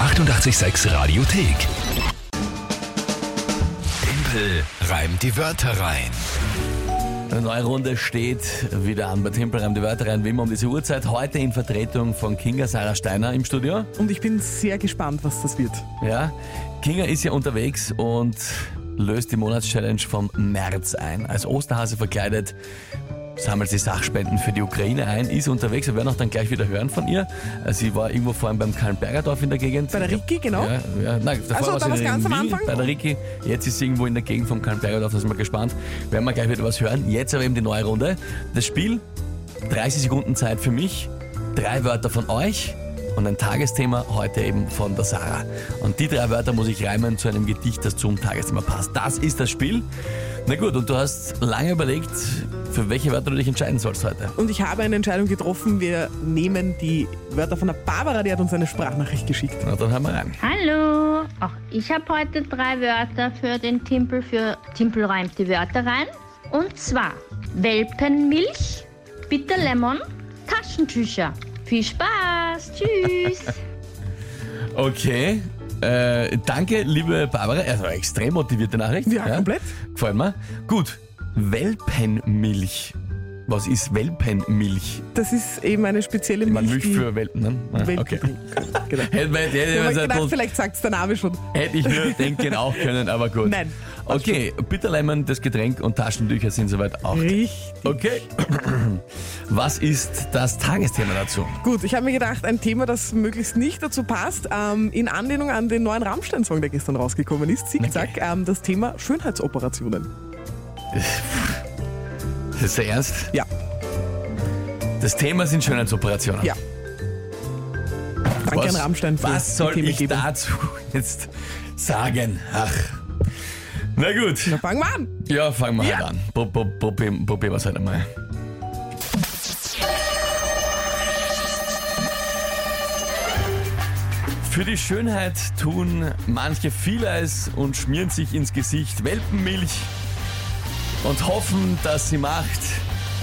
886 Radiothek. Tempel reimt die Wörter rein. Eine neue Runde steht wieder an bei Tempelreim die Wörter rein, wie immer um diese Uhrzeit. Heute in Vertretung von Kinga Sarah Steiner im Studio. Und ich bin sehr gespannt, was das wird. Ja, Kinga ist ja unterwegs und löst die Monatschallenge vom März ein. Als Osterhase verkleidet sammelt sie Sachspenden für die Ukraine ein, ist unterwegs. Wir werden auch dann gleich wieder hören von ihr. Sie war irgendwo vorhin beim Karl-Berger-Dorf in der Gegend. Bei der Ricky, genau. Ja, ja. Nein, davor Also, war da sie war's in ganz am Wien Anfang? Bei der Ricky. Jetzt ist sie irgendwo in der Gegend vom Karl-Berger-Dorf, da sind wir gespannt. Werden wir gleich wieder was hören. Jetzt aber eben die neue Runde. Das Spiel, 30 Sekunden Zeit für mich, drei Wörter von euch und ein Tagesthema heute eben von der Sarah. Und die drei Wörter muss ich reimen zu einem Gedicht, das zum Tagesthema passt. Das ist das Spiel. Na gut, und du hast lange überlegt, für welche Wörter du dich entscheiden sollst heute. Und ich habe eine Entscheidung getroffen. Wir nehmen die Wörter von der Barbara, die hat uns eine Sprachnachricht geschickt. Na, dann hören wir rein. Hallo, auch ich habe heute drei Wörter für den Timpel, für Timpel reimt die Wörter rein. Und zwar Welpenmilch, Bitter Lemon, Taschentücher. Viel Spaß, tschüss. Okay. Äh, danke, liebe Barbara. Also eine extrem motivierte Nachricht. Ja, komplett. Gefällt mir. Gut. Welpenmilch. Was ist Welpenmilch? Das ist eben eine spezielle Ich meine, Milch, Milch die für Welpen, ne? Ah, Welt okay. trinkt. genau. Hätte, man- hätte, Ich hätte, man habe mir gedacht, sagen sollen, vielleicht sagt es der Name schon. hätte ich mir denken auch können, aber gut. Nein, passt Okay, Bitterlemon, das Getränk und Taschentücher sind soweit auch. Richtig. Okay. Was ist das Tagesthema dazu? Gut, ich habe mir gedacht, ein Thema, das möglichst nicht dazu passt, ähm, in Anlehnung an den neuen Rammstein-Song, der gestern rausgekommen ist, Zickzack, Okay. ähm, das Thema Schönheitsoperationen. Ist der Ernst? Ja, Das Thema sind Schönheitsoperationen. ja. Danke an Rammstein für Ah. Was die soll ich Themengebung. dazu jetzt sagen? Ach. Na gut. Na, fangen wir an. Ja, fangen wir Ja. halt an. Pro- pro- Probieren probieren wir es halt einmal. Für die Schönheit tun manche vieles und schmieren sich ins Gesicht Welpenmilch und hoffen, dass sie macht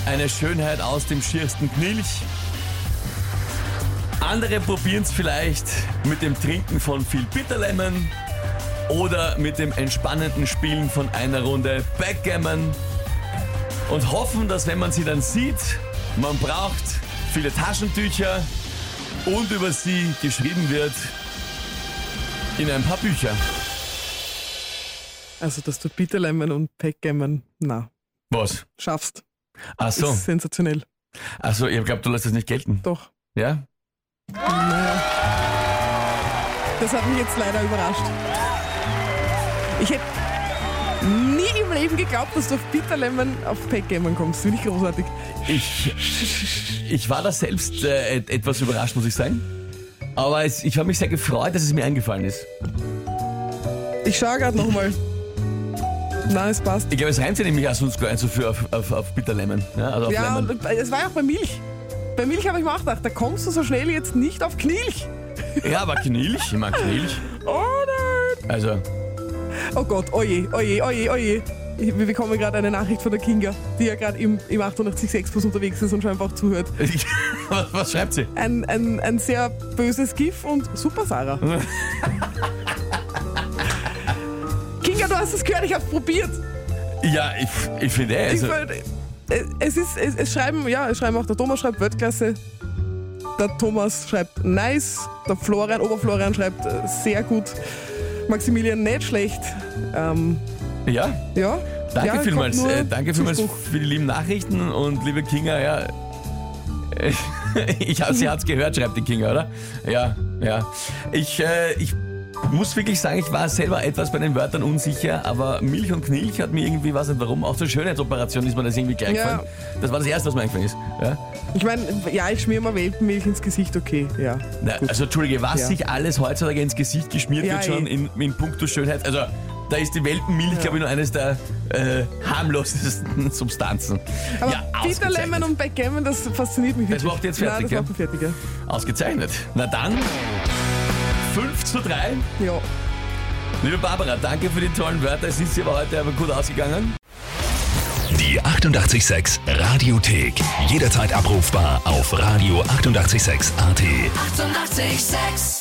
eine Schönheit aus dem schiersten Knilch. Andere probieren es vielleicht mit dem Trinken von viel Bitterlemon oder mit dem entspannenden Spielen von einer Runde Backgammon und hoffen, dass wenn man sie dann sieht, man braucht viele Taschentücher und über sie geschrieben wird in ein paar Bücher. Also, dass du Bitterlemon und Packgammon, na, Was? schaffst, Ach so, ist sensationell. Ach so ich glaube, du lässt das nicht gelten. Doch. Ja? Naja. Das hat mich jetzt leider überrascht. Ich hätte nie im Leben geglaubt, dass du auf Bitterlemon auf Packgammon kommst. Finde ich großartig. Ich, ich war da selbst äh, et- etwas überrascht, muss ich sagen. Aber es, ich habe mich sehr gefreut, dass es mir eingefallen ist. Ich schaue gerade nochmal. Na, es passt. Ich glaube, es reimt sich nämlich auch sonst gar nicht so viel auf, auf, auf Bitterlemon. Ja, also auf Ja, Lemon. und es war ja auch bei Milch. Bei Milch habe ich mir auch gedacht, da kommst du so schnell jetzt nicht auf Knilch. Ja, aber Knilch, ich mag Knilch. Oh nein! Also, Oh Gott, oje, oje, oje, oje. Ich- Wir bekommen gerade eine Nachricht von der Kinga, die ja gerade im, im 886-Bus unterwegs ist und scheinbar auch zuhört. ich- was, was schreibt sie? Ein, ein, ein sehr böses GIF und super Sarah. Kinga, du hast es gehört, ich habe probiert. Ja, ich, ich finde eh, Ich also, wollt- äh, es ist, es, es schreiben, ja, es schreiben auch der Thomas schreibt Weltklasse, der Thomas schreibt nice, der Florian, Oberflorian schreibt äh, sehr gut, Maximilian nicht schlecht. Ähm, ja, ja, danke ja, kommt vielmals. nur Äh, danke vielmals Zuspruch. für die lieben Nachrichten und liebe Kinga, ja. äh, Ich hab, sie hat's gehört, schreibt die Kinga, oder? Ja, ja. Ich, äh, ich muss wirklich sagen, ich war selber etwas bei den Wörtern unsicher, aber Milch und Knilch hat mir irgendwie, weiß nicht warum, auch zur Schönheitsoperation ist mir das irgendwie gleich Ja. gefallen. Das war das Erste, was mir eingefallen ist. Ja? Ich meine, ja, ich schmier mal Welpenmilch ins Gesicht, okay, ja. Na, Gut. also Entschuldige, was Ja. sich alles heutzutage ins Gesicht geschmiert Ja, wird schon eh. in, in puncto Schönheit. Also da ist die Welpenmilch, glaube ich, nur eines der äh, harmlosesten Substanzen. Aber ja, Peter ausgezeichnet. Lemon und Backgammon, das fasziniert mich Das wirklich. macht jetzt Nein, fertig, das ja? macht mich fertig, ja. ausgezeichnet. Na dann, 5 zu 3. ja. Liebe Barbara, danke für die tollen Wörter. Es ist dir aber heute aber gut ausgegangen. Die 886 Radiothek. Jederzeit abrufbar auf radio886.at. 886! 886